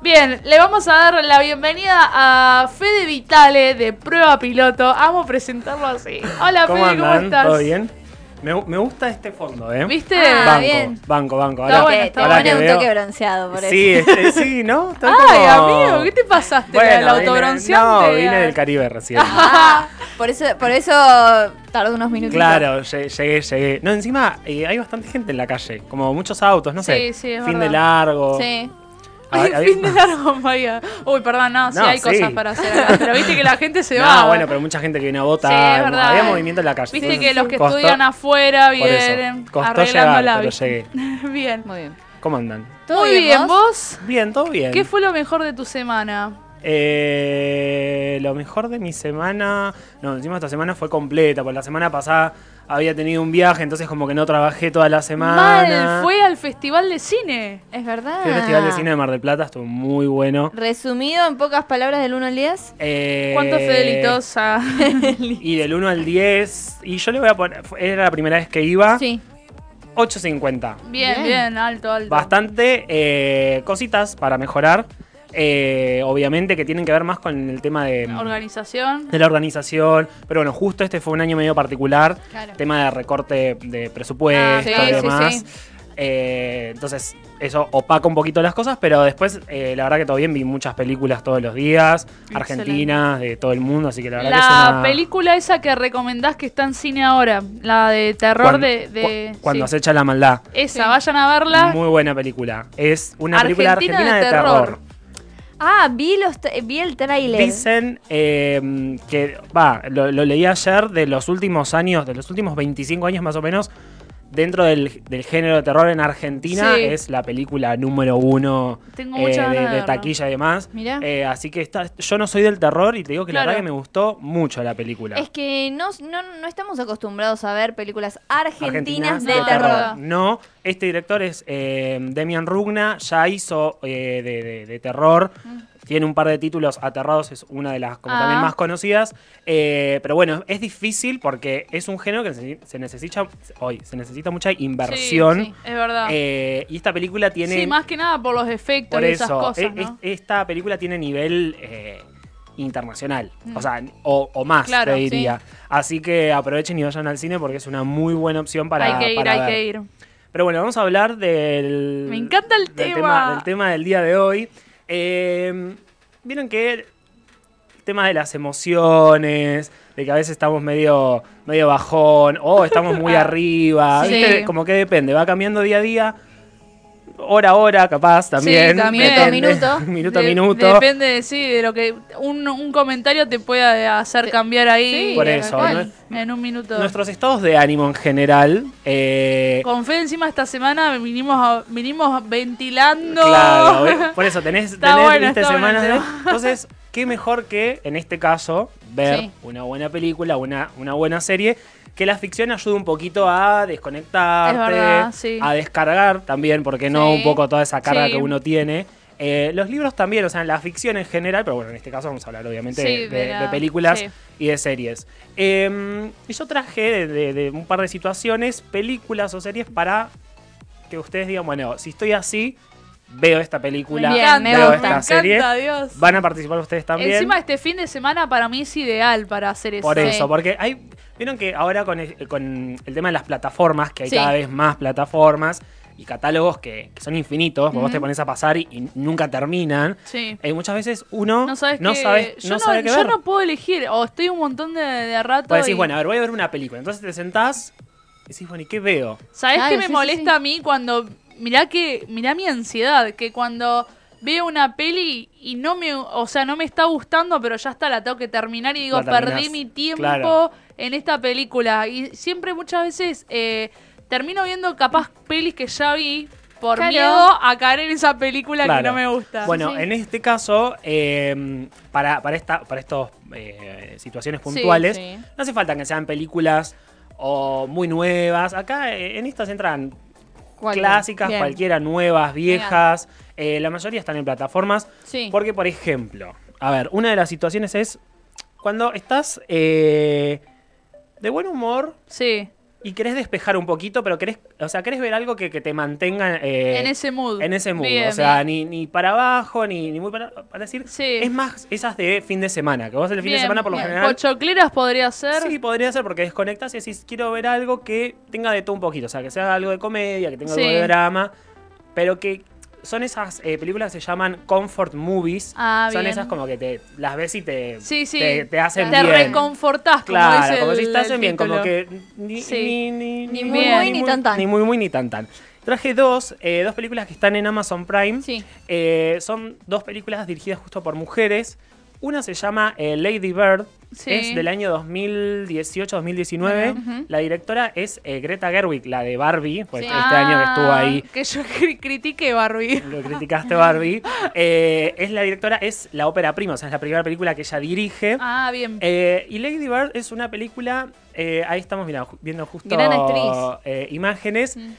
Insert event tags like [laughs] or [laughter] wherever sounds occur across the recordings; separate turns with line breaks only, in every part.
Bien, le vamos a dar la bienvenida a Fede Vitale de Prueba Piloto. Amo presentarlo así. Hola
¿Cómo
Fede,
andan?
¿cómo estás?
¿Todo bien? Me, gu- me gusta este fondo, ¿eh?
¿Viste?
Banco,
Ah, bien.
banco, banco.
Está
Ahora-
bueno,
Te-
está
te
ahora
pone
que
un
veo-
toque bronceado por
Sí,
eso.
este, sí,
[laughs]
¿no? Estoy
Ay,
como-
amigo, ¿qué te pasaste?
Bueno,
¿La
vine-
autobronceante?
No, vine del Caribe recién.
Ah, por eso, por eso tardó unos minutos.
Claro, lle- llegué, llegué. No, encima eh, hay bastante gente en la calle, como muchos autos, no sé.
Sí, sí, es
fin de
verdad.
largo.
Sí.
Hay-
Ay,
hay-
[laughs] fin de largo, Maya. Uy, perdón, no, sí
No,
hay
sí.
cosas para hacer acá, Pero viste que la gente se
[laughs] No,
va.
bueno, pero mucha gente que viene a votar.
Sí, es
como-
verdad. eh.
Había movimiento en la calle.
Viste
Sí,
que
sí,
los
sí.
que
Costó-
estudian afuera
por eso.
vienen
Costó
arreglando
llegar,
la
pero
vida. [laughs]
llegué.
Bien.
Muy bien.
¿Cómo andan?
[laughs]
¿Todo
Muy bien, ¿vos?
Bien, todo bien.
¿Qué fue lo mejor de tu semana?
Eh, lo mejor de mi semana. No, encima esta semana fue completa, porque la semana pasada había tenido un viaje, entonces como que no trabajé toda la semana.
Mal, fue al festival de cine.
Es verdad.
Fui al Festival de Cine de Mar del Plata, estuvo muy bueno.
Resumido en pocas palabras del 1 al 10.
Eh,
¿Cuántos Fedelitos? ah?
Y del 1 al 10. Y yo le voy a poner. fue- Era la primera vez que iba.
Sí.
8.50.
[laughs] Bien,
Bien.
bien, alto, alto.
Bastante eh, cositas para mejorar. eh, obviamente que tienen que ver más con el tema de.
Organización.
de la organización. Pero bueno, justo este fue un año medio particular.
Claro.
Tema de recorte de presupuesto
Ah, sí,
y
sí,
demás.
sí.
Eh, entonces, eso opaca un poquito las cosas, pero después, eh, la verdad que todo bien, vi muchas películas todos los días, argentinas, de todo el mundo, así que la verdad que es
La
una...
película esa que recomendás que está en cine ahora, la de terror
Cuando-
de... de-
cu- cuando
sí.
acecha la maldad.
Esa,
Sí.
vayan a verla.
Muy buena película. Es una película
Argentina
argentina
de
de,
terror.
terror.
Ah, vi, los tra- vi el tráiler.
Dicen eh, que, va, lo, lo leí ayer, de los últimos años, de los últimos 25 años más o menos, dentro del, del género de terror en Argentina,
Sí.
es la película número uno
Tengo
eh,
muchas ganas
de,
de
de
verla.
taquilla y demás.
Mirá.
Eh, así que está, yo no soy del terror y te digo que
Claro.
la verdad que me gustó mucho la película.
Es que no, no, no estamos acostumbrados a ver películas argentinas, de,
de
terror.
terror.
No, este director es eh, Demian Rugna, ya hizo eh, de, de- de terror. Tiene un par de títulos aterrados, es una de las como
Mm. Ah.
también más conocidas. Eh, pero bueno, es difícil porque es un género que se, se necesita hoy, se necesita mucha inversión.
Sí, sí, es verdad.
Eh, y esta película tiene.
sí, más que nada por los efectos
por
y esas
eso,
cosas,
es-
¿no?
es- esta película tiene nivel eh, internacional. O sea, o, o más,
Mm. Claro,
te
sí.
diría. Así que aprovechen y vayan al cine porque es una muy buena opción para.
hay que ir,
para
hay
ver.
que ir.
Pero bueno, vamos a hablar del.
Me encanta el
del
tema.
del tema del día de hoy. Eh, Vieron que el tema de las emociones, de que a veces estamos medio, medio bajón, o
[laughs]
estamos muy arriba.
Sí.
¿viste? Como que depende, va cambiando día a día. Hora a hora, capaz, también.
también.
depende.
Minuto a
[laughs] [laughs]
minuto.
minuto a
De-
minuto.
Depende de sí, de lo que un, un comentario te pueda hacer cambiar ahí.
sí,
Por eso,
en, en un minuto.
Nuestros estados de ánimo en general. eh,
Con fe encima esta semana vinimos a- vinimos ventilando. [laughs]
Claro, ve- por eso tenés,
Está
tenés,
bueno,
viste,
está bueno
semanas
el
de-
tema.
Entonces, qué mejor que, en este caso, ver
Sí.
una buena película, una, una buena serie, que la ficción ayude un poquito a desconectarte,
Es verdad, sí.
a descargar también, porque no
Sí.
un poco toda esa carga
Sí.
que uno tiene. Eh, los libros también, o sea, la ficción en general, pero bueno, en este caso vamos a hablar obviamente
Sí,
de,
de
de
la-
películas
sí.
y de series. Eh, y yo traje de, de- de un par de situaciones, películas o series para que ustedes digan, bueno, si estoy así, veo esta película,
Bien, me
veo
gusta.
esta
encanta,
serie.
Dios.
Van a participar ustedes también.
Encima este fin de semana para mí es ideal para hacer eso.
por eso,
sí.
porque hay. Vieron que ahora con el, con el tema de las plataformas, que hay
Sí.
cada vez más plataformas y catálogos que, que son infinitos, porque vos te pones a pasar y, y nunca terminan.
Sí.
Eh, muchas veces uno
No sabes
no
qué-
sabe,
yo
no sabe qué
yo
ver.
no puedo elegir. O estoy un montón de, de rato.
Vos decís,
y-
bueno, a ver, voy a ver una película. Entonces te sentás y decís, bueno, ¿y qué veo?
¿Sabés
Claro,
qué me
sí, sí,
molesta
sí.
a mí cuando. Mirá que. Mirá mi ansiedad. Que cuando veo una peli y no me. O sea, no me está gustando, pero ya está, la tengo que terminar. Y digo,
La terminás,
perdí mi tiempo
claro.
en esta película. Y siempre, muchas veces, eh, termino viendo capaz pelis que ya vi. Por
Claro.
miedo a caer en esa película que
Claro.
no me gusta.
Bueno,
Sí, sí.
en este caso, eh, para, para, esta, para estos eh, situaciones puntuales,
sí.
no hace falta que sean películas o muy nuevas. Acá eh, en estas entran
Cualquiera.
clásicas,
Bien.
cualquiera, nuevas, viejas. Eh, la mayoría están en plataformas.
Sí.
Porque, por ejemplo, a ver, una de las situaciones es cuando estás eh, de buen humor
Sí.
y querés despejar un poquito, pero querés, o sea, querés ver algo que, que te mantenga eh,
en ese mood.
en ese mood.
Bien,
o sea,
bien.
ni, ni para abajo, ni, ni muy para, para decir.
Sí.
Es más, esas de fin de semana, que vos el este fin de
Bien,
semana por lo
bien.
general.
Pochocleras podría ser.
Sí, podría ser porque desconectas y decís, quiero ver algo que tenga de todo un poquito. O sea, que sea algo de comedia, que tenga algo
Sí.
de drama. Pero que son esas eh, películas que se llaman comfort movies.
Ah,
son
bien.
esas como que te las ves y te,
Sí, sí.
te, te hacen
Te
bien.
reconfortás, como
Claro,
dice
como
el-
si estás
el
en bien, como
título.
que ni,
Sí.
ni,
Ni
muy, muy,
ni tan, tan.
Ni muy, muy, ni tan tan. Traje dos, eh, dos películas que están en Amazon Prime.
Sí.
Eh, son dos películas dirigidas justo por mujeres. Una se llama eh, Lady Bird,
Sí.
es del año 2018-2019.
Ujú.
La directora es eh, Greta Gerwig, la de Barbie, porque
Sí. Ah.
este año que estuvo ahí
Ah, Que yo [laughs] cri- critiqué Barbie.
lo criticaste
[laughs]
Barbie. Eh, es la directora, es la ópera prima, o sea, es la primera película que ella dirige.
Ah, bien.
Eh, y Lady Bird es una película, eh, ahí estamos mirá, ju- viendo justo
Gran actriz.
eh, imágenes.
Mm.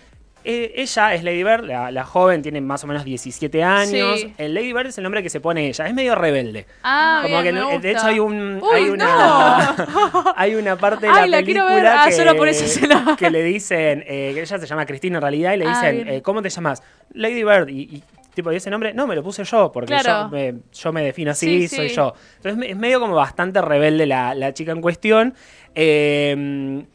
Eh, ella es Lady Bird, la, la joven, tiene más o menos 17 años.
Sí.
El Lady Bird es el nombre que se pone ella, es medio rebelde.
ah,
Como
bien,
que
me
no- eh, de
gusta.
hecho hay un
Uy,
hay una [laughs] hay una parte de
Ay,
la
la quiero
película
ver. Ah,
que,
solo por eso se la-
que le dicen eh, que ella se llama Cristina en realidad y le
Ah,
dicen
bien.
eh, ¿cómo te llamas? Lady Bird y, y, tipo ¿y ese nombre no me lo puse yo porque
Claro.
yo, me, yo me defino así
Sí,
soy
sí.
yo entonces me- es medio como bastante rebelde la, la chica en cuestión Eh,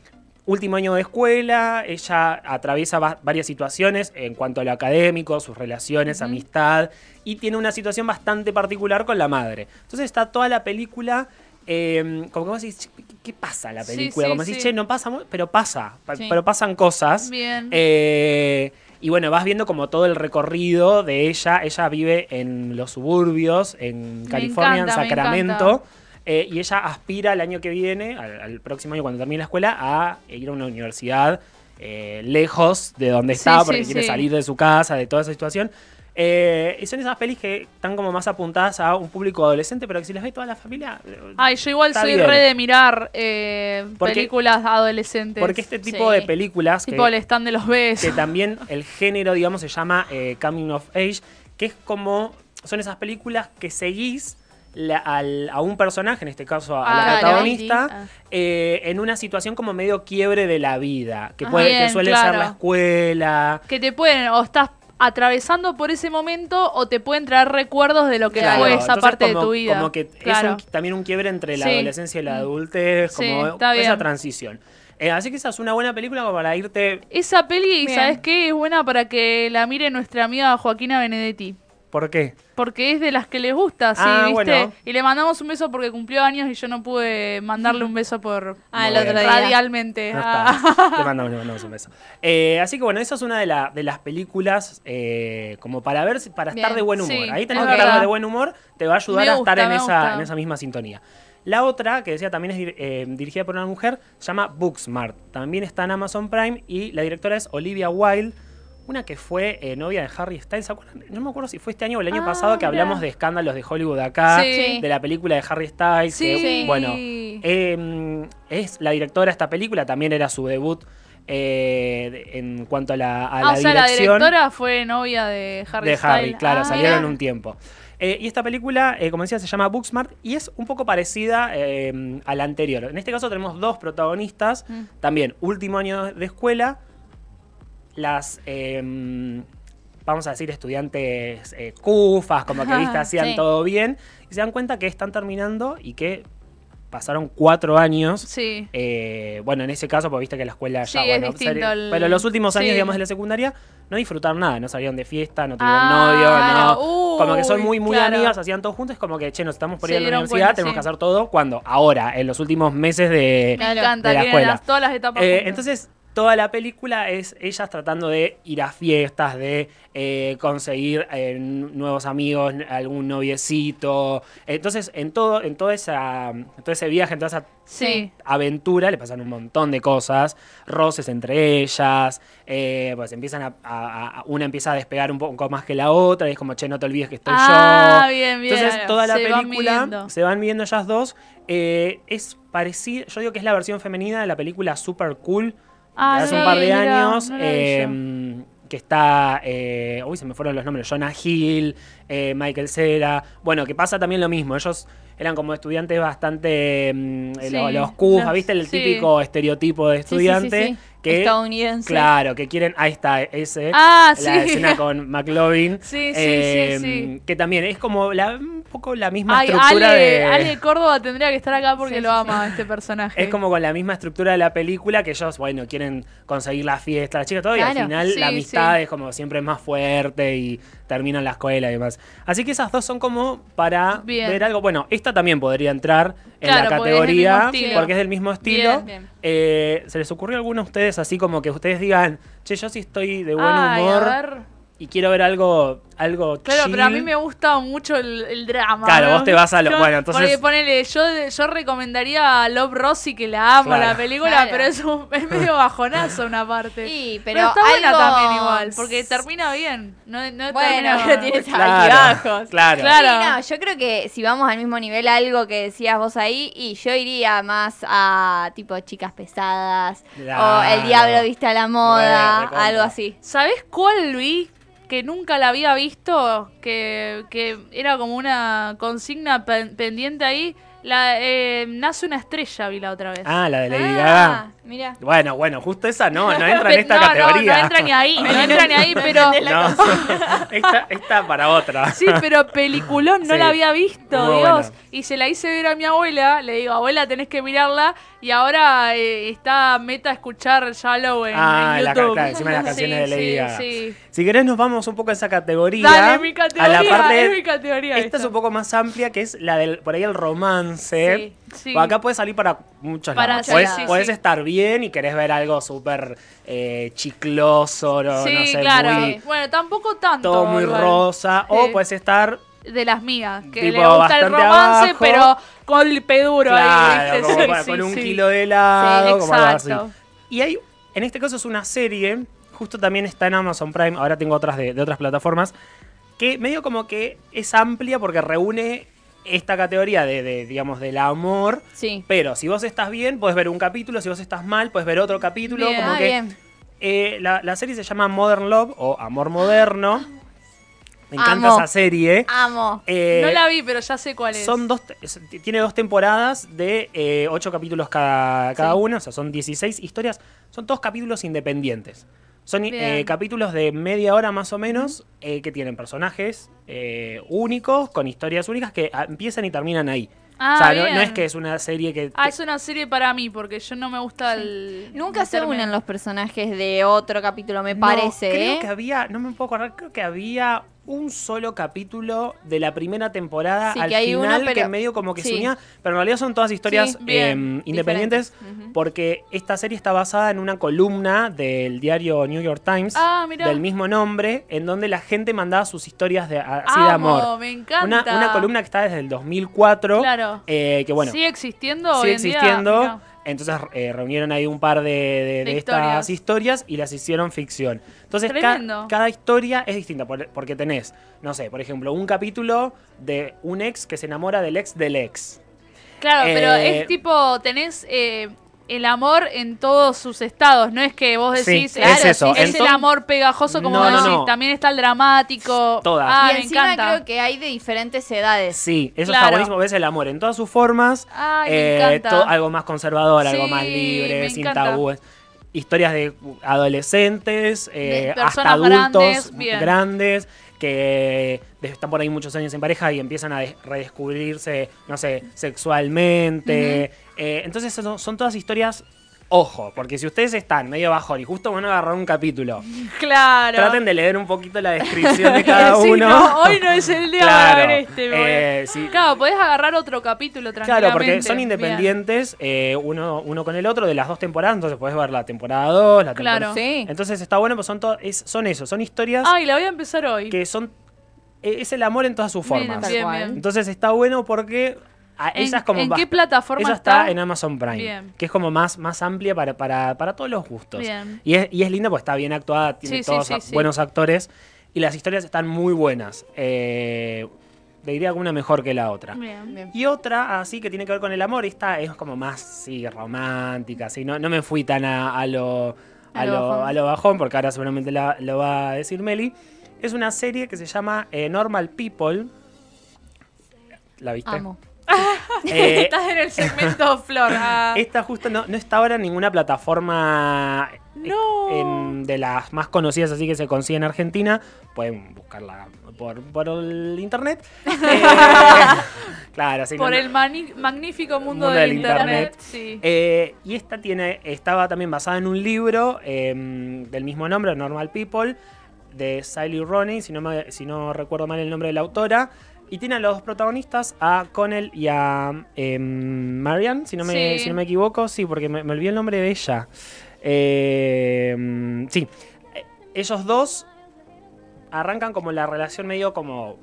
Último año de escuela, ella atraviesa va- varias situaciones en cuanto a lo académico, sus relaciones, amistad, y tiene una situación bastante particular con la madre. Entonces está toda la película, eh, como que vos decís, "Che, ¿qué- ¿qué pasa en la
Sí,
película?
sí,
como decís,
sí.
che, no pasa, mu- pero pasa, pa-
Sí.
pero pasan cosas.
Bien.
Eh, y bueno, vas viendo como todo el recorrido de ella. Ella vive en los suburbios, en California,
encanta, me
en Sacramento.
encanta.
eh, y ella aspira el año que viene, al, al próximo año cuando termine la escuela, a ir a una universidad eh, lejos de donde
Sí,
está,
sí,
porque quiere
sí.
salir de su casa, de toda esa situación. Eh, y son esas pelis que están como más apuntadas a un público adolescente, pero que si las ve toda la familia. eh,
Ay, yo igual
Está
soy
bien.
re de mirar eh,
Porque-
películas adolescentes.
porque este tipo
Sí.
de películas.
Tipo
que-
el stand de los besos.
que también el género, digamos, se llama eh, Coming of Age, que es como, son esas películas que seguís la- al- a un personaje, en este caso a
Ah,
la
claro.
protagonista,
Ah.
eh, en una situación como medio quiebre de la vida, que,
Ah,
puede, que
bien,
suele ser
claro.
la escuela.
que te pueden, o estás atravesando por ese momento, o te pueden traer recuerdos de lo que
Claro,
fue esa
entonces
parte de
como-
tu vida.
Como que
Claro.
es un- también un quiebre entre la
Sí.
adolescencia y la adultez,
Sí,
como esa
está bien.
transición. Eh, así que esa es una buena película como para irte
Esa peli,
Bien.
¿sabes qué? Es buena para que la mire nuestra amiga Joaquina Benedetti.
¿Por qué?
Porque es de las que les gusta, sí,
Ah,
¿viste?
bueno.
Y le mandamos un beso porque cumplió años y yo no pude mandarle un beso por
Ah, el
Muy
otro
bien.
día.
radialmente.
No
Ah.
está. Le mandamos, le mandamos un beso. Eh, así que bueno, esa es una de, la- de las películas eh, como para ver, si- para estar
Bien,
de buen humor.
sí,
Ahí tenés
es
que estar
verdad.
de buen humor, te va a ayudar
Me
a estar
gusta,
en
me
esa,
gusta.
en esa misma sintonía. La otra, que decía también es dir- eh, dirigida por una mujer, se llama Booksmart. También está en Amazon Prime y la directora es Olivia Wilde. Una que fue eh, novia de Harry Styles, ¿se acuerdan? No me acuerdo si fue este año o el año
Ah,
pasado que
mirá.
hablamos de escándalos de Hollywood acá,
Sí.
de la película de Harry Styles. que,
Sí.
bueno, eh, es la directora de esta película, también era su debut eh, de- en cuanto a la, a
Ah,
la
o sea, la
dirección
directora fue novia de Harry
de Harry.
Styles.
Claro,
Ah,
salieron
mirá.
un tiempo. Eh, y esta película, eh, como decía, se llama Booksmart y es un poco parecida eh, a la anterior. En este caso tenemos dos protagonistas,
Mm.
también último año de escuela, las... eh, Vamos a decir, estudiantes eh, cufas, como que
[laughs]
viste, hacían
Sí.
todo bien. Y se dan cuenta que están terminando y que pasaron cuatro años
Sí.
eh, bueno, en ese caso, porque viste que la escuela ya.
Sí, es
bueno,
distinto
sería-
el-
Pero los últimos años,
sí.
digamos, de la secundaria, no disfrutaron nada. No salieron de fiesta, no tuvieron
Ah,
novio, no.
claro.
como que son
Uy,
muy, muy
claro.
amigas, hacían todo juntos. Es como que, che, nos estamos por ir
Se
a la
dieron
universidad,
cuenta,
tenemos
sí.
que hacer todo. cuando Ahora, en los últimos meses de.
Me
Claro.
encanta,
De la
tienen
escuela.
las- todas las etapas.
Eh,
juntas.
entonces, toda la película es ellas tratando de ir a fiestas, de eh, conseguir eh, nuevos amigos, algún noviecito. Entonces, en todo, en toda esa, en todo ese viaje, en toda esa
sí.
aventura, le pasan un montón de cosas, roces entre ellas, eh, pues empiezan a, a- a- una empieza a despegar un poco más que la otra, y es como, che, no te olvides que estoy
ah,
yo.
bien, bien.
Entonces toda la
Se van
película
midiendo.
se van viendo ellas dos, eh, es parecida, yo digo que es la versión femenina de la película Super Cool, de
Ah,
hace
no
un
la
par de
vi, mirá,
años,
no la vi yo.
eh, que está, eh, uy, se me fueron los nombres, Jonah Hill, eh, Michael Cera, bueno, que pasa también lo mismo, ellos eran como estudiantes bastante, mm,
Sí,
lo- los CUFA,
los-
¿viste? El
sí.
típico estereotipo de
Sí, sí, sí,
estudiante.
sí.
Que,
Estadounidense.
Claro, que quieren. Ahí está, ese.
Ah,
la
sí. [laughs]
escena con eh, McLovin.
Sí, sí, sí, sí.
Em, Que también es como la, un poco la misma
Ay, Ale,
estructura de.
Ale Córdoba tendría que estar acá porque
Sí,
lo
sí,
ama este personaje.
Es como con la misma estructura de la película que ellos, bueno, quieren conseguir la fiesta, la chica, todo, y al
Claro.
final
Sí,
la amistad
sí.
es como siempre más fuerte y terminan la escuela y demás. Así que esas dos son como para
Bien.
ver algo. Bueno, esta también podría entrar en
Claro,
la
porque es del mismo
categoría
estilo.
porque es del mismo estilo.
Bien,
bien.
Eh, ¿Se les ocurrió alguno a ustedes así como que ustedes digan, che, yo sí estoy de buen
Ay,
humor
a ver.
y quiero ver algo, algo
Claro, pero a mí
chill"?
me gusta mucho el, el drama.
Claro,
¿no?
vos te vas a lo-
Yo-
bueno, entonces-
Porque ponele, yo, yo recomendaría a Love Rossi que la amo
Claro.
la película,
Claro.
pero es, un- es medio bajonazo una parte.
Sí, pero,
pero, está buena
algo-
también igual, porque termina bien. No, no
Bueno, [laughs]
termina
pero tienes
Claro,
altibajos.
claro.
Claro.
Sí, no, yo creo que si vamos al mismo nivel, algo que decías vos ahí, y yo iría más a tipo chicas pesadas, o
Claro.
el diablo viste a la
Re,
moda,
recontra.
algo así.
¿Sabés cuál vi? Que nunca la había visto, que, que era como una consigna pen- pendiente ahí. La, eh, Nace una estrella, vi la otra vez.
Ah, la de Lady
Ah,
Gaga.
mira.
Bueno, bueno, justo esa no, no entra
[laughs]
en
Pe-
esta
no,
categoría.
No, no entra ni ahí,
[laughs]
no entra ni ahí, pero...
No, esta, esta para
[laughs]
otra.
Sí, pero peliculón no
Sí.
la había visto,
Muy
Dios.
buena.
Y se la hice ver a mi abuela, le digo, abuela, tenés que mirarla. Y ahora eh, está meta a escuchar Shallow en, en
Ah, la ca-
YouTube.
claro, encima las canciones de
[laughs]
Lady
sí,
Gaga.
sí.
Si querés nos vamos un poco a esa categoría.
Dale, [laughs] mi categoría,
a la parte,
es mi categoría.
Esta es un poco más amplia, que es la del, por ahí el romance.
Sí, sí.
Porque Acá puede salir para muchos
Para-
lados.
sí,
Puedes,
sí,
puedes
sí.
estar bien y querés ver algo súper eh, chicloso, no,
Sí,
no sé,
claro.
muy,
Bueno, tampoco tanto.
todo muy
igual.
rosa.
Sí.
O puedes estar
De las mías, que
Tipo,
le gusta el
bastante
romance,
abajo.
pero con el peduro
claro,
ahí, ¿viste?
como
Sí,
para-
sí,
con un
sí.
kilo de helado,
Sí,
como algo así.
exacto.
Y hay, en este caso es una serie, justo también está en Amazon Prime, ahora tengo otras de, de otras plataformas, que medio como que es amplia porque reúne esta categoría de, de, digamos, del amor.
Sí.
Pero si vos estás bien, puedes ver un capítulo, si vos estás mal, puedes ver otro capítulo.
Bien.
como
Ah,
que
bien.
eh, la, la serie se llama Modern Love o Amor Moderno. Me encanta
Amo.
esa serie.
Amo.
Eh,
No la vi, pero ya sé cuál es.
son dos, te- es- t- tiene dos temporadas de eh, ocho capítulos cada, cada
Sí.
una, o sea, son 16 historias. Son todos capítulos independientes. Son eh,
Bien.
capítulos de media hora más o menos eh, que tienen personajes eh, únicos, con historias únicas que ah, empiezan y terminan ahí.
Ah,
o sea, no- no,
bien.
es que es una serie que...
Ah,
que-
es una serie para mí, porque yo no me gusta el.
Nunca se
meterme-
unen los personajes de otro capítulo, me
No,
parece.
Creo
¿eh?
que había, no me puedo acordar, creo que había un solo capítulo de la primera temporada
Sí,
al
que hay uno,
final que
pero-
medio como que se
sí.
unía, pero en realidad son todas historias
Sí,
bien,
eh, independientes
diferentes. Ujú.
porque esta serie está basada en una columna del diario New York Times
Ah, mirá.
del mismo nombre en donde la gente mandaba sus historias de, así de
Amo,
amor.
me encanta.
Una, una columna que está desde el 2004
Claro.
eh, que bueno,
¿Sigue existiendo?
sigue
hoy en día?
existiendo.
Mirá.
Entonces eh, reunieron ahí un par de, de-
De
de
historias.
estas historias y las hicieron ficción. Entonces ca-
Tremendo.
cada historia es distinta por- porque tenés, no sé, por ejemplo, un capítulo de un ex que se enamora del ex del ex.
Claro, pero
Eh,
es tipo, tenés eh, el amor en todos sus estados, no es que vos
Sí,
decís,
es
claro,
eso.
es el
Entonces-
amor pegajoso como
No, no,
decís,
no.
también está el dramático.
Todas.
Ah,
y
me
encima
encanta.
creo que hay de diferentes edades.
Sí, eso está
Claro.
buenísimo, ves el amor en todas sus formas,
Ay, me encanta.
Eh, to- algo más conservador, algo
Sí,
más
me
libre, sin
encanta.
tabúes. Historias de adolescentes, eh, hasta
personas
adultos
grandes, bien.
grandes, que están por ahí muchos años en pareja y empiezan a des- redescubrirse, no sé, sexualmente. Eh, entonces son, son todas historias, ojo, porque si ustedes están medio bajón y justo van a agarrar un capítulo,
Claro.
traten de leer un poquito
[laughs]
la descripción de cada
Sí,
uno.
no, hoy no es el día
Claro,
de ver este. me voy a-
eh, sí.
Claro, podés agarrar otro capítulo tranquilamente.
Claro, porque son
bien.
independientes eh, uno, uno con el otro de las dos temporadas, entonces puedes ver la temporada 2, la temporada...
Claro.
Sí.
Entonces está bueno, pues son, to- es- son eso, son historias
Ay, la voy a empezar hoy.
que son... e- Es el amor en todas sus
Bien,
formas.
Bien,
Tal
bien.
Entonces está bueno porque... a-
¿En-
esa es como
¿En
bas-
qué plataforma
esa está en Amazon Prime,
Bien.
que es como más, más amplia para, para, para todos los gustos.
Bien.
Y es, y es linda porque está bien actuada, tiene
Sí, sí,
todos
sí,
a-
sí.
buenos actores y las historias están muy buenas. Eh, te diría que una mejor que la otra.
Bien.
Y otra, así que tiene que ver con el amor, esta es como más, sí, romántica, así, no, no me fui tan a, a lo, a,
A lo
lo,
bajón.
a lo bajón, porque ahora seguramente la- lo va a decir Meli. Es una serie que se llama eh, Normal People. ¿La viste?
Amo.
[laughs]
Eh,
Estás en el segmento Flor.
[laughs]
ah.
esta justo no, no está ahora en ninguna plataforma eh,
No.
en- de las más conocidas, así que se consigue en Argentina. Pueden buscarla por, por el internet. Eh, [laughs] claro, sí, no,
Por
no.
el mani- magnífico mundo,
Mundo
del
del
internet.
internet.
Sí.
Eh, y esta tiene, estaba también basada en un libro em, del mismo nombre, Normal People, de Sally Rooney, si no, me- si no recuerdo mal el nombre de la autora. Y tiene a los protagonistas, a Connell y a em, Marianne, si no, me,
Sí.
si no me equivoco, sí, porque me, me olvidé el nombre de ella. Em, sí, Eh, ellos dos arrancan como la relación medio como...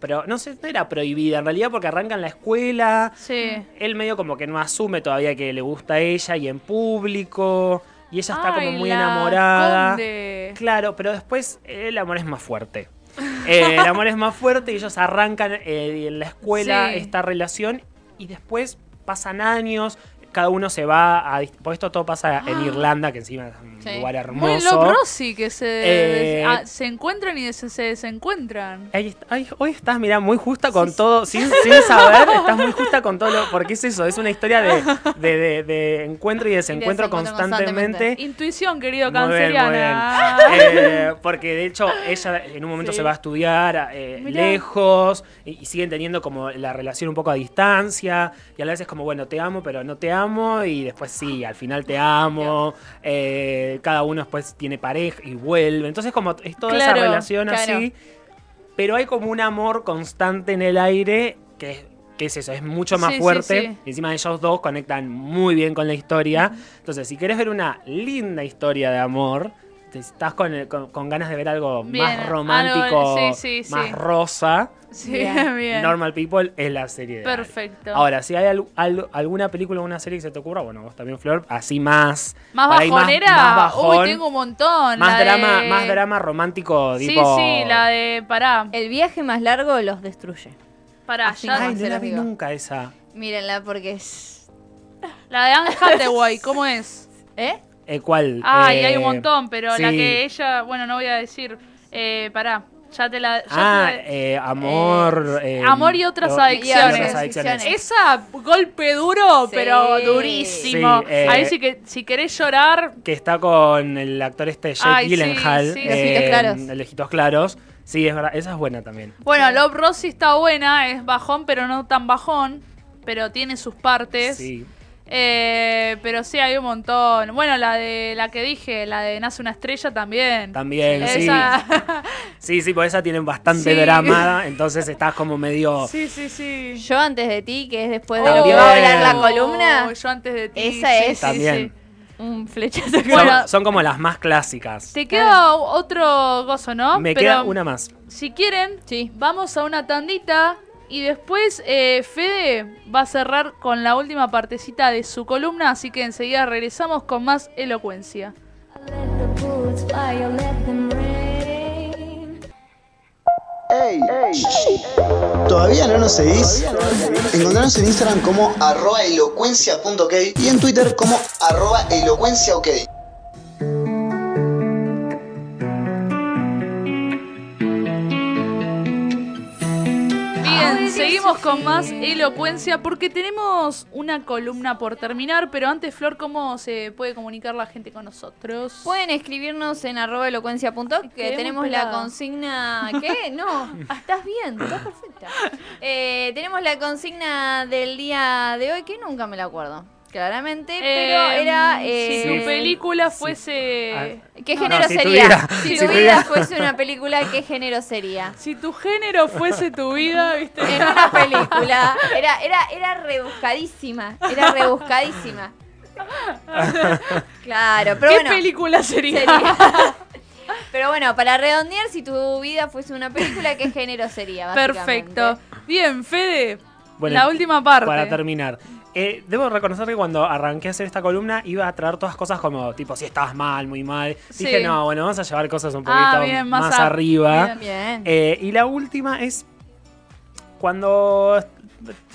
Pero no sé, no era prohibida en realidad porque arrancan la escuela,
sí.
él medio como que no asume todavía que le gusta a ella y en público. Y ella está como
Ay,
muy
la
enamorada.
Conde.
Claro, pero después eh, el amor es más fuerte. Eh, el amor es más fuerte y ellos arrancan eh, en la escuela
Sí.
esta relación y después pasan años, cada uno se va a... dist- Por esto todo pasa en Irlanda, que encima es un
Sí.
lugar hermoso.
Ah. Muy Love Rosy que se,
Eh,
ah, se encuentran y des- se desencuentran.
Ahí está- ay, hoy estás, mira, muy justa con todo, sin, sin saber, estás muy justa con todo, lo, porque es eso, es una historia de, de- de- de encuentro y desencuentro,
desencuentro
constantemente.
Intuición, querido
eh, Muy bien, muy bien.
canceriana.
Eh, porque de hecho ella en un momento
Sí.
se va a estudiar eh,
Mirá.
lejos y, y siguen teniendo como la relación un poco a distancia y a veces como, bueno, te amo, pero no te amo y después sí, al final te amo, eh, cada uno después tiene pareja y vuelve, entonces como es toda
Claro,
esa relación
claro.
así, pero hay como un amor constante en el aire que es... que es eso? Es mucho más
Sí, sí,
fuerte.
sí.
Y Encima ellos dos conectan muy bien con la historia. Entonces, si querés ver una linda historia de amor, te estás con, con- con ganas de ver algo
Bien,
más
algo-
romántico,
sí, sí,
más
sí.
rosa,
[laughs] Sí,
Bien.
bien.
Normal People es la serie de
Perfecto.
Ahora, si hay al- al- alguna película o una serie que se te ocurra, bueno, vos también, Flor, así más.
más
por ahí
bajonera.
Más, más bajón,
Uy, tengo un montón.
más
la
drama,
de-
más drama romántico,
Sí,
tipo. Eh,
sí, la de. Pará.
El viaje más largo los destruye.
Pará,
Así
ya-
Ay, no
se
la
los
vi
digo.
nunca esa.
Mírenla porque es.
La de Anne Hathaway, ¿cómo es?
¿Eh?
Eh, ¿Cuál?
Ay,
Eh,
hay un montón, pero la
sí.
que ella. Bueno, no voy a decir. Eh, pará. Ya te la. ya
Ah,
te la-
eh, amor. eh,
Amor y otras
lo-
adicciones.
Y otras adicciones.
Es-
Esa golpe duro,
Sí.
pero durísimo.
Sí, eh,
Ahí sí que si querés llorar,
que está con el actor este Jake
Ay, sí,
Gyllenhaal.
sí.
eh,
Ojitos claros.
en Ojitos Claros. Sí, es verdad. Esa es buena también.
Bueno, Love Rossi está buena, es bajón, pero no tan bajón. Pero tiene sus partes.
Sí.
Eh, pero sí, hay un montón. Bueno, la de la que dije, la de Nace una estrella también.
También, sí.
Esa-
Sí, sí, porque esa tiene bastante
Sí.
drama. Entonces estás como
[laughs]
medio.
sí, sí, sí.
Yo antes de ti, que es después de lo que
También.
va a hablar la
Oh,
columna.
Yo antes de ti.
Esa
sí,
es.
sí,
También.
sí.
Un flechazo.
Son,
Bueno.
son como las más clásicas.
Te queda otro gozo, ¿no?
Me
Pero
queda una más.
Si quieren,
Sí.
vamos a una tandita. Y después eh, Fede va a cerrar con la última partecita de su columna, así que enseguida regresamos con más elocuencia.
Let the bullets fly or let them rain.
¡Ey! ¿Todavía no nos seguís? Encontrarnos en Instagram como arroba elocuencia.ok y en Twitter como arroba elocuenciaok.
Bien, seguimos con más elocuencia porque tenemos una columna por terminar, pero antes Flor, ¿cómo se puede comunicar la gente con nosotros?
[laughs] Pueden escribirnos en arroba elocuencia.org que
Quedé
tenemos
muy
la
pelada. [laughs]
consigna. ¿Qué? No, ah, estás bien, estás perfecta. Eh, tenemos la consigna del día de hoy que nunca me la acuerdo, claramente, pero
Eh,
era.
si
eh,
tu
Sí.
película
Sí.
fuese...
Ah.
¿Qué
No,
género
no, si
sería?
tuviera-
si
si
tu vida
tuviera.
fuese una película, ¿qué género sería?
Si tu género fuese tu vida, ¿viste?
En una película. Era, era, era rebuscadísima. Era rebuscadísima. Claro, pero
¿Qué
bueno.
película sería? [laughs]
sería. Pero bueno, para redondear, si tu vida fuese una película, ¿qué género sería? básicamente?
Perfecto. Bien, Fede,
Bueno,
la última parte.
Para terminar. Eh, debo reconocer que cuando arranqué a hacer esta columna iba a traer todas cosas como, tipo, si estabas mal, muy mal.
Sí.
Dije, no, bueno, vamos a llevar cosas un poquito
Ah, bien, más
más,
a-
arriba.
Bien.
Eh, y la última es cuando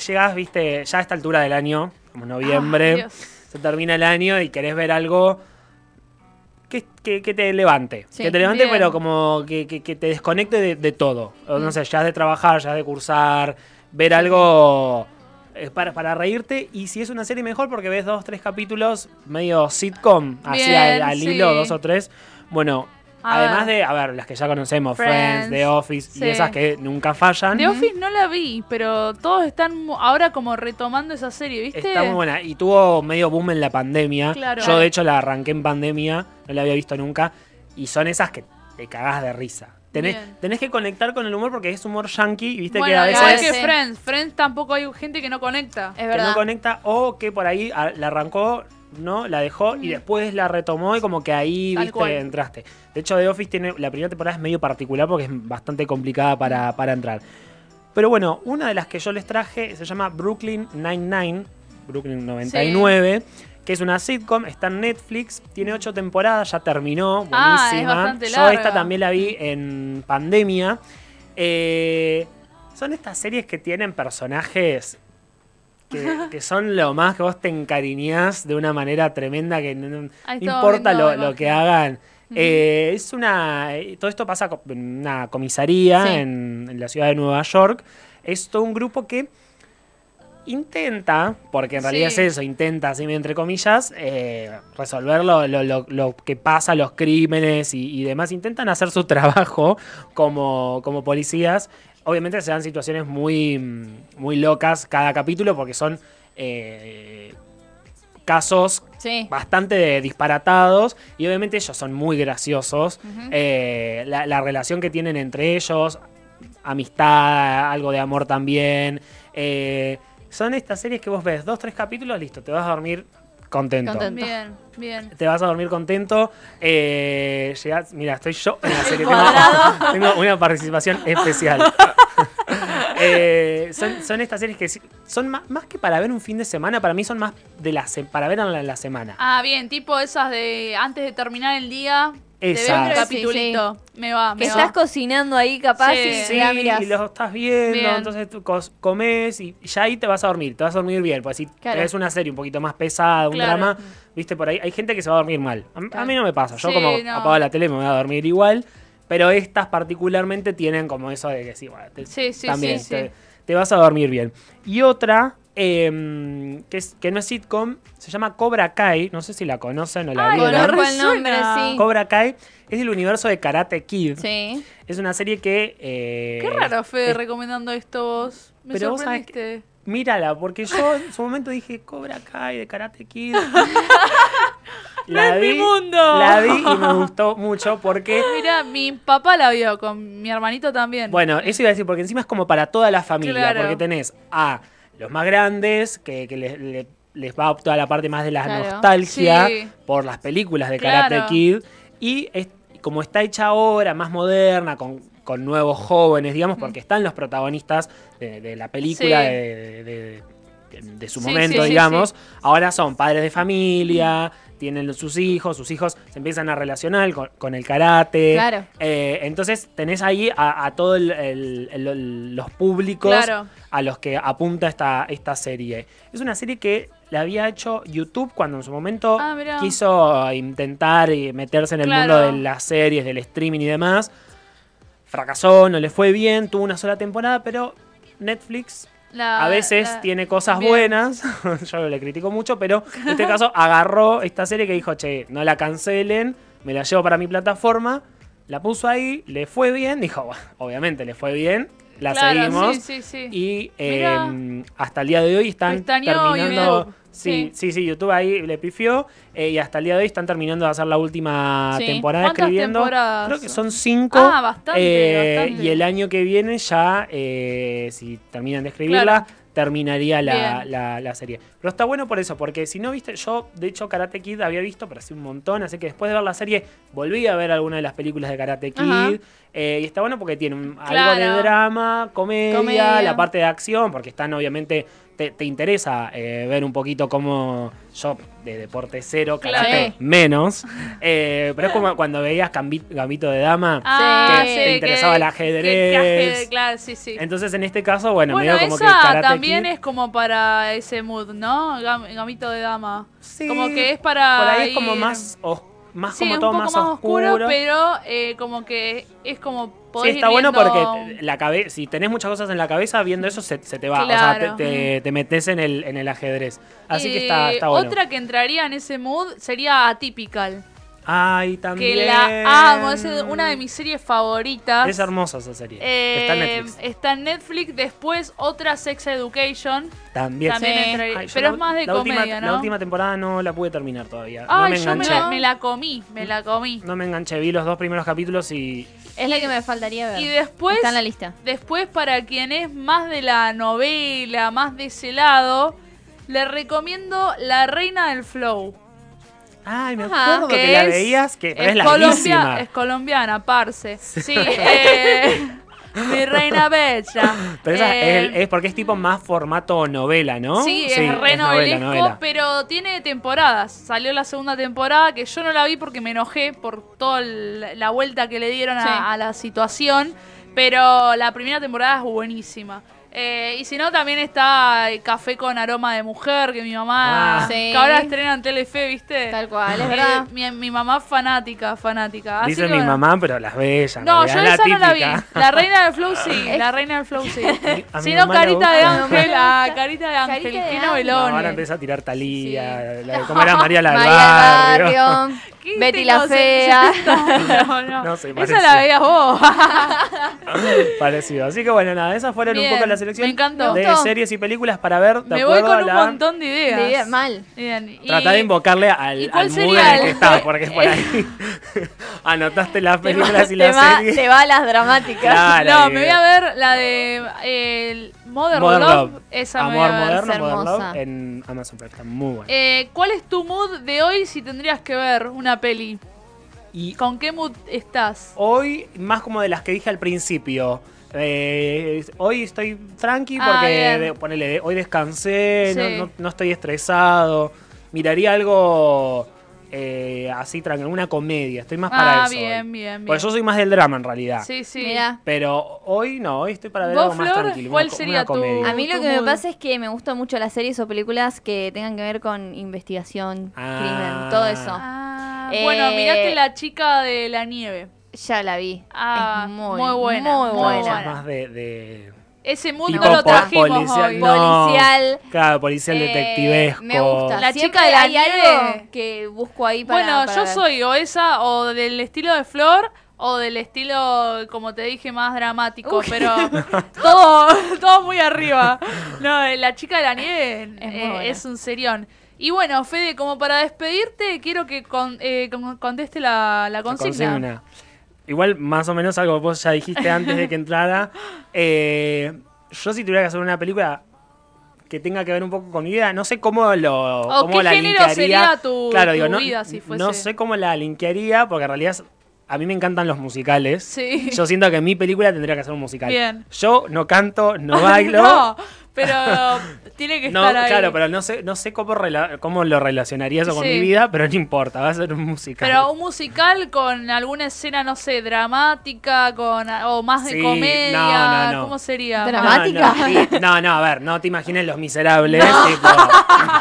llegás, viste, ya a esta altura del año, como
Ah,
noviembre,
Dios.
se termina el año y querés ver algo que, que- que te levante.
Sí,
que te levante,
bien. Mm.
pero como que, que- que te desconecte de, de todo. O, No sé, ya de trabajar, ya de cursar, ver algo eh, para, para reírte. Y si es una serie, mejor porque ves dos, tres capítulos medio sitcom, así
Bien,
al, al hilo,
sí.
dos o tres. Bueno,
A
además
ver.
de, a ver, las que ya conocemos, Friends,
Friends,
The Office
sí.
y esas que nunca fallan.
The Office no la vi, pero todos están mu- ahora como retomando esa serie, ¿viste?
Está muy buena. Y tuvo medio boom en la pandemia.
Claro.
Yo, de hecho, la arranqué en pandemia. No la había visto nunca. Y son esas que te cagás de risa. Tenés,
Bien.
tenés que conectar con el humor porque es humor yankee. Viste que
Bueno,
a
igual
veces
que
Sí.
Friends. Friends tampoco hay gente que no conecta.
Es
que no
verdad.
conecta o que por ahí a- la arrancó, no, la dejó y después la retomó y como que ahí,
Mm. Tal
viste,
cual.
entraste. De hecho, The Office tiene la primera temporada es medio particular porque es bastante complicada
Mm.
para, para entrar. Pero bueno, una de las que yo les traje se llama Brooklyn Nine-Nine, Brooklyn 99, que es una sitcom, está en Netflix, tiene ocho temporadas, ya terminó, buenísima.
Ah, es bastante
Yo esta
larga.
también la vi en pandemia. Eh, son estas series que tienen personajes que, que son lo más que vos te encariñás de una manera tremenda que no, no-
Ahí
no
estaba
importa
viendo
lo,
la
lo
imagen.
que hagan. Eh, es una. eh, Todo esto pasa co- en una comisaría
Sí.
en, en la ciudad de Nueva York. Es todo un grupo que intenta, porque en realidad
Sí.
es eso, intenta, así entre comillas, eh, resolver lo, lo- lo- lo que pasa, los crímenes y, y demás. Intentan hacer su [laughs] trabajo como, como policías. Obviamente se dan situaciones muy, mm, muy locas cada capítulo porque son eh, casos
Sí.
bastante disparatados y obviamente ellos son muy graciosos. Eh, la, la relación que tienen entre ellos, amistad, algo de amor también. Eh, son estas series que vos ves dos, tres capítulos, listo, te vas a dormir contento.
Contento.
Bien, bien.
Te vas a dormir contento. Eh, llegás- mira, estoy yo en la serie. Tengo, [laughs] tengo una participación especial. Eh, son, son estas series que si- son más, más que para ver un fin de semana, para mí son más de la se- para ver en la, la semana.
Ah, bien, tipo esas de antes de terminar el día, te veo
Esas.
un
Sí,
capitulito. Me va,
Que
me
estás
va.
cocinando ahí capaz
Sí.
y
Sí,
mirá, mirás.
y lo estás viendo,
Bien.
entonces tú cos- comes y ya ahí te vas a dormir, te vas a dormir bien, porque si
Claro.
ves una serie un poquito más pesada, un
Claro.
drama, viste por ahí, hay gente que se va a dormir mal. A, a mí no me pasa, yo
Sí,
como
no.
apago la tele me voy a dormir igual, pero estas particularmente tienen como eso de que sí, bueno, te-
Sí, sí,
también
sí,
te,
sí.
te vas a dormir bien. Y otra, em, que, es, que no es sitcom, se llama Cobra Kai, no sé si la conocen o la
Ay,
vieron.
no
Conozco el
resuena.
nombre, sí.
Cobra Kai es del universo de Karate Kid.
Sí.
Es una serie que... eh,
Qué raro, Fede,
es-
recomendando esto vos. Me
Pero vos sabés
sorprendiste.
Mírala, porque yo en su momento dije Cobra Kai de Karate
[laughs]
Kid. la
es mi mundo.
La vi y me gustó mucho porque.
Mira, mi papá la vio con mi hermanito también.
Bueno, eso iba a decir, porque encima es como para toda la familia,
Claro.
porque tenés a los más grandes, que, que les, le- les va toda la parte más de la
Claro.
nostalgia
Sí.
por las películas de Karate
Claro.
Kid, y es- como está hecha ahora, más moderna, con, con nuevos jóvenes, digamos, porque están los protagonistas de, de la película,
Mm. Sí.
de, de- de- de su
Sí, sí,
momento,
sí,
digamos,
sí.
ahora son padres de familia. Tienen sus hijos, sus hijos se empiezan a relacionar con, con el karate.
Claro.
Eh, entonces tenés ahí a, a todos los públicos
Claro.
a los que apunta esta, esta serie. Es una serie que la había hecho YouTube cuando en su momento
Ah, mirá.
quiso intentar eh, meterse en el
Claro.
mundo de las series, del streaming y demás. Fracasó, no le fue bien, tuvo una sola temporada, pero Netflix
La-
a veces
la-
tiene cosas
bien.
buenas, [laughs] yo le critico mucho, pero en este caso agarró esta serie que dijo, che, no la cancelen, me la llevo para mi plataforma, la puso ahí, le fue bien, dijo, "Bueno, obviamente le fue bien, la
Claro,
seguimos.
Sí, sí, sí.
Y
Mirá.
eh, hasta el día de hoy están
Pestañó
terminando...
YouTube.
Sí, sí, sí, YouTube ahí le pifió eh, y hasta el día de hoy están terminando de hacer la última
Sí.
temporada
¿Cuántas
escribiendo.
temporadas?
Creo que son cinco.
Ah, bastante,
eh,
bastante.
Y el año que viene ya, eh, si terminan de escribirla, terminaría la,
Bien.
la- la serie. Pero está bueno por eso, porque si no viste, yo de hecho Karate Kid había visto, pero hace un montón, así que después de ver la serie volví a ver alguna de las películas de Karate
Ajá.
Kid. eh, y está bueno porque tiene un- algo
Claro.
de drama, comedia,
Comedia.
la parte de acción, porque están obviamente... Te, te interesa eh, ver un poquito cómo yo, de deporte cero,
Claro.
karate
Sí.
[laughs]
menos, eh, pero es como cuando veías Gambi- Gambito de Dama,
Ah,
que
sí,
te interesaba el ajedrez.
que ajedrez, claro, sí, sí.
Entonces, en este caso, bueno,
bueno,
medio como que
esa
Karate
también
Kid-
es como para ese mood, ¿no? Gam- gamito de dama.
Sí,
como que es para
Por ahí es como
ir-
más os- más
Sí,
como
un
todo
poco
más,
más
oscuro.
oscuro, pero eh, como que es como
Sí,
podés
está
ir
bueno
viendo-
porque eh, la cabe- si tenés muchas cosas en la cabeza, viendo eso se, se te va. O sea,
Claro.
te, te, te metes en el, en el ajedrez. Así que
Eh,
está, está bueno.
Otra que entraría en ese mood sería Atypical,
Ay, también.
que la amo, es una de mis series favoritas.
Es hermosa esa serie.
Eh,
está en Netflix.
está en Netflix, después otra Sex Education.
También.
también
Sí.
entraría-
Ay, yo
pero
la-
es más de
la última-
comedia, ¿no?
La última temporada no la pude terminar todavía. no
Ay,
me
yo me
enganché.
la, me la comí, me la comí.
No me enganché. Vi los dos primeros capítulos y.
Es la que me faltaría ver.
Y después,
Está en la lista.
después para quien es más de la novela, más de ese lado, le recomiendo La Reina del Flow.
Ay, me
Ajá.
acuerdo que la
Ah, es-
veías, que pero es,
colombia-
larguísima.
es colombiana, parce. Sí, eh, [laughs] mi reina bella.
Pero esa
Eh,
es, el- es porque es tipo más formato novela, ¿no?
Sí, es re novelesco, pero tiene temporadas. Salió la segunda temporada que yo no la vi porque me enojé por toda el- la vuelta que le dieron a,
Sí.
a la situación. Pero la primera temporada es buenísima. Eh, y si no, también está el Café con Aroma de Mujer, que mi mamá.
Ah.
Sí.
Que ahora estrenan Telefe, ¿viste?
Tal cual, es
Eh,
verdad.
mi, mi mamá fanática, fanática. Así
Dice
que
mi
bueno.
mamá, pero las bellas. en
No, yo
realidad,
esa no la vi.
típica.
La reina del flow sí, la reina del flow
[laughs]
sí.
A [laughs] mi
Si no,
mamá le
carita de
gusta.
ángel,
No,
ah,
no.
carita de ángel,
Carita de
qué
ángel.
No,
novelones.
ahora empieza a tirar Talía,
Sí.
la
[laughs]
de cómo era María la del
María del
barrio.
Barrio,
Qué
Betty la Fea. [laughs]
inocente. No, no.
No se
Esa
parecía.
la veías
[laughs]
vos. [laughs]
Parecido. Así que bueno, nada, esas fueron
Bien,
un poco la selección
me encantó.
de
Me gustó.
series y películas para ver. De
Me voy
acuerdo
con
a
un
la-
montón de ideas.
De idea- mal.
Bien, y-
Tratá de invocarle
¿y cuál
al, al mood en
sería
el que
el- [laughs]
estás, porque es por ahí. [laughs] Anotaste las películas y
te,
las
va,
series.
te va a las dramáticas.
Claro,
No,
y-
me voy a ver la de eh, el Modern,
Modern
Love.
Love.
Esa me voy
Amor
a ver.
moderno,
es
Modern
hermosa.
Love en Amazon Prime. Está muy bueno.
Eh, ¿Cuál es tu mood de hoy si tendrías que ver una peli?
y
¿Con qué mood estás?
hoy, más como de las que dije al principio. eh, hoy estoy tranqui
Ah,
porque
bien.
de- ponele, hoy descansé, no-
Sí.
no, no estoy estresado. Miraría algo eh, así tranqui, una comedia. Estoy más para
Ah,
eso.
bien,
hoy.
bien,
Porque
bien.
yo soy más del drama en realidad.
Sí, sí.
Mirá.
Pero hoy no, hoy estoy para ver
¿Vos,
algo más
Flor?
tranquilo.
¿Cuál
una co-
sería
una
tu-
comedia.
A mí lo
tu
que me
mood.
pasa es que me gustan mucho las series o películas que tengan que ver con investigación,
Ah.
crimen, todo eso.
Ah,
Eh,
Bueno, mirate la chica de la nieve.
Ya la vi.
Ah,
es muy,
muy buena,
Muy
muy
Claro,
buena.
sos
buena.
más de, de-
Ese mood
tipo
no lo
po-
trajimos
policial,
hoy.
no.
Policial.
Claro, policial
Eh,
detectivesco.
Me gusta.
La
Siempre
chica de la
hay
nieve.
algo que busco ahí para.
bueno,
para
yo
ver.
soy o esa, o del estilo de Flor, o del estilo, como te dije, más dramático,
[laughs]
pero todo, todo muy arriba. No, eh, la chica de la nieve eh,
muy
es,
buena.
un serión. Y bueno, Fede, como para despedirte, quiero que con- eh, con- conteste la, la
La
consigna.
consigna. Igual, más o menos algo que vos ya dijiste antes de
[laughs]
que entrara. Eh, yo si tuviera que hacer una película que tenga que ver un poco con mi vida, no sé cómo lo
O
cómo
qué
la
género
linkearía.
sería tu-
claro,
tu
digo, no,
vida, si fuese.
no sé cómo la linkearía, porque en realidad es- a mí me encantan los musicales.
Sí. [laughs]
Yo siento que mi película tendría que ser un musical.
Bien.
Yo no canto, no
[laughs]
bailo.
no, pero tiene que
No,
estar ahí.
claro, pero no sé, no sé cómo, rela- cómo lo relacionaría eso con
Sí.
mi vida, pero no importa, va a ser un musical.
Pero un musical con alguna escena, no sé, dramática, con o más de
Sí,
comedia,
no, no, no.
¿cómo sería?
Drama-
Más-
dramática.
No no, sí. no, no, a ver, no te imagines los miserables. tipo. [laughs]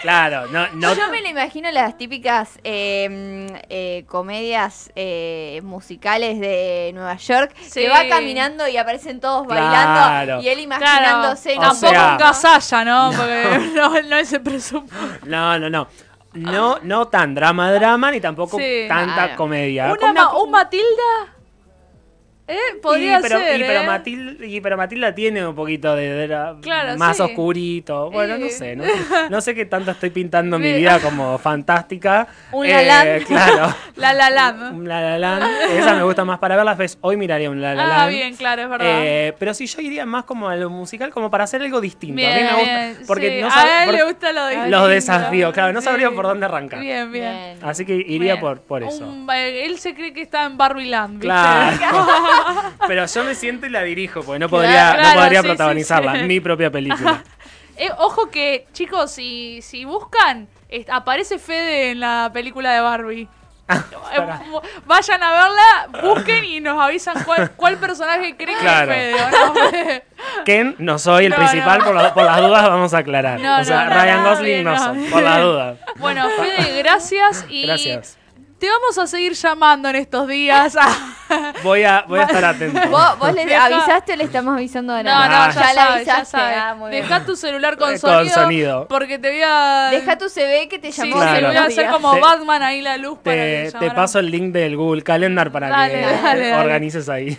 claro, no, no.
Yo me lo imagino las típicas eh, mm, eh, comedias eh, musicales de Nueva York
Sí.
que va caminando y aparecen todos
Claro.
bailando y él
Claro,
imaginándose
O
tampoco
sea-
un casalla, ¿no? Porque [laughs] no, no es el presupuesto.
No, no, no. No, no tan drama, drama, ni tampoco
Sí.
tanta
Claro.
comedia.
Una, ma- ¿Un Matilda? ¿Eh? Podría
y, pero,
ser.
y, pero
¿eh?
Matil- y pero Matilda tiene un poquito de, de la-
Claro,
más
sí.
oscurito. Bueno, no
Eh.
sé, no, no sé qué tanto estoy pintando mi
Me-
vida como fantástica. Eh,
Un La Land.
Claro.
La La Land.
Un La La Land. Esa me gusta más para verla. Ves, Hoy miraría un La La Land.
Ah, bien, claro, es verdad.
Eh, pero si yo iría más como a lo musical, como para hacer algo distinto.
bien,
a mí me gusta.
bien,
Porque
sí.
no sab-
a él
por-
le gusta lo de
los desafíos, claro, no sabría por dónde arrancar.
Bien, bien.
Bien.
Así que iría
Bien.
por, por eso. [laughs]
Un- eh, él se cree que está en Barbie Land, ¿viste?
Claro. [laughs] pero yo me siento y la dirijo, porque no podría,
Claro,
no podría
sí, sí,
protagonizarla.
sí.
Mi
[laughs]
propia película.
Eh, ojo que, chicos, si, si buscan, es- aparece Fede en la película de Barbie. Eh,
Ah, pará.
bu- Vayan a verla, busquen y nos avisan cuál, cuál personaje creen
Claro.
que es Fede. ¿o no, [laughs] Fede?
Ken, no soy el
No,
principal,
no.
Por, la- por las dudas vamos a aclarar.
No,
o sea,
no, no,
Ryan
no,
Gosling
no, [laughs]
no,
no.
soy, por las dudas.
Bueno, Fede, gracias y
Gracias.
Te vamos a seguir llamando en estos días. Ah.
Voy a, voy a estar atento.
¿Vos, vos
[laughs]
le
Deja-
avisaste o le estamos avisando
No,
ahora?
no, ya,
Ah.
la
sabes, ya
avisaste.
sabes.
ah, muy bien.
Deja tu celular con,
Eh, Con
sonido,
sonido.
porque te voy a...
Deja tu CV que te
Sí,
llamó.
sí,
Claro.
voy a hacer como
Te-
Batman ahí la luz para que
Te, te
llamaran.
paso el link del Google Calendar para
Dale,
que
dale, dale.
organices ahí.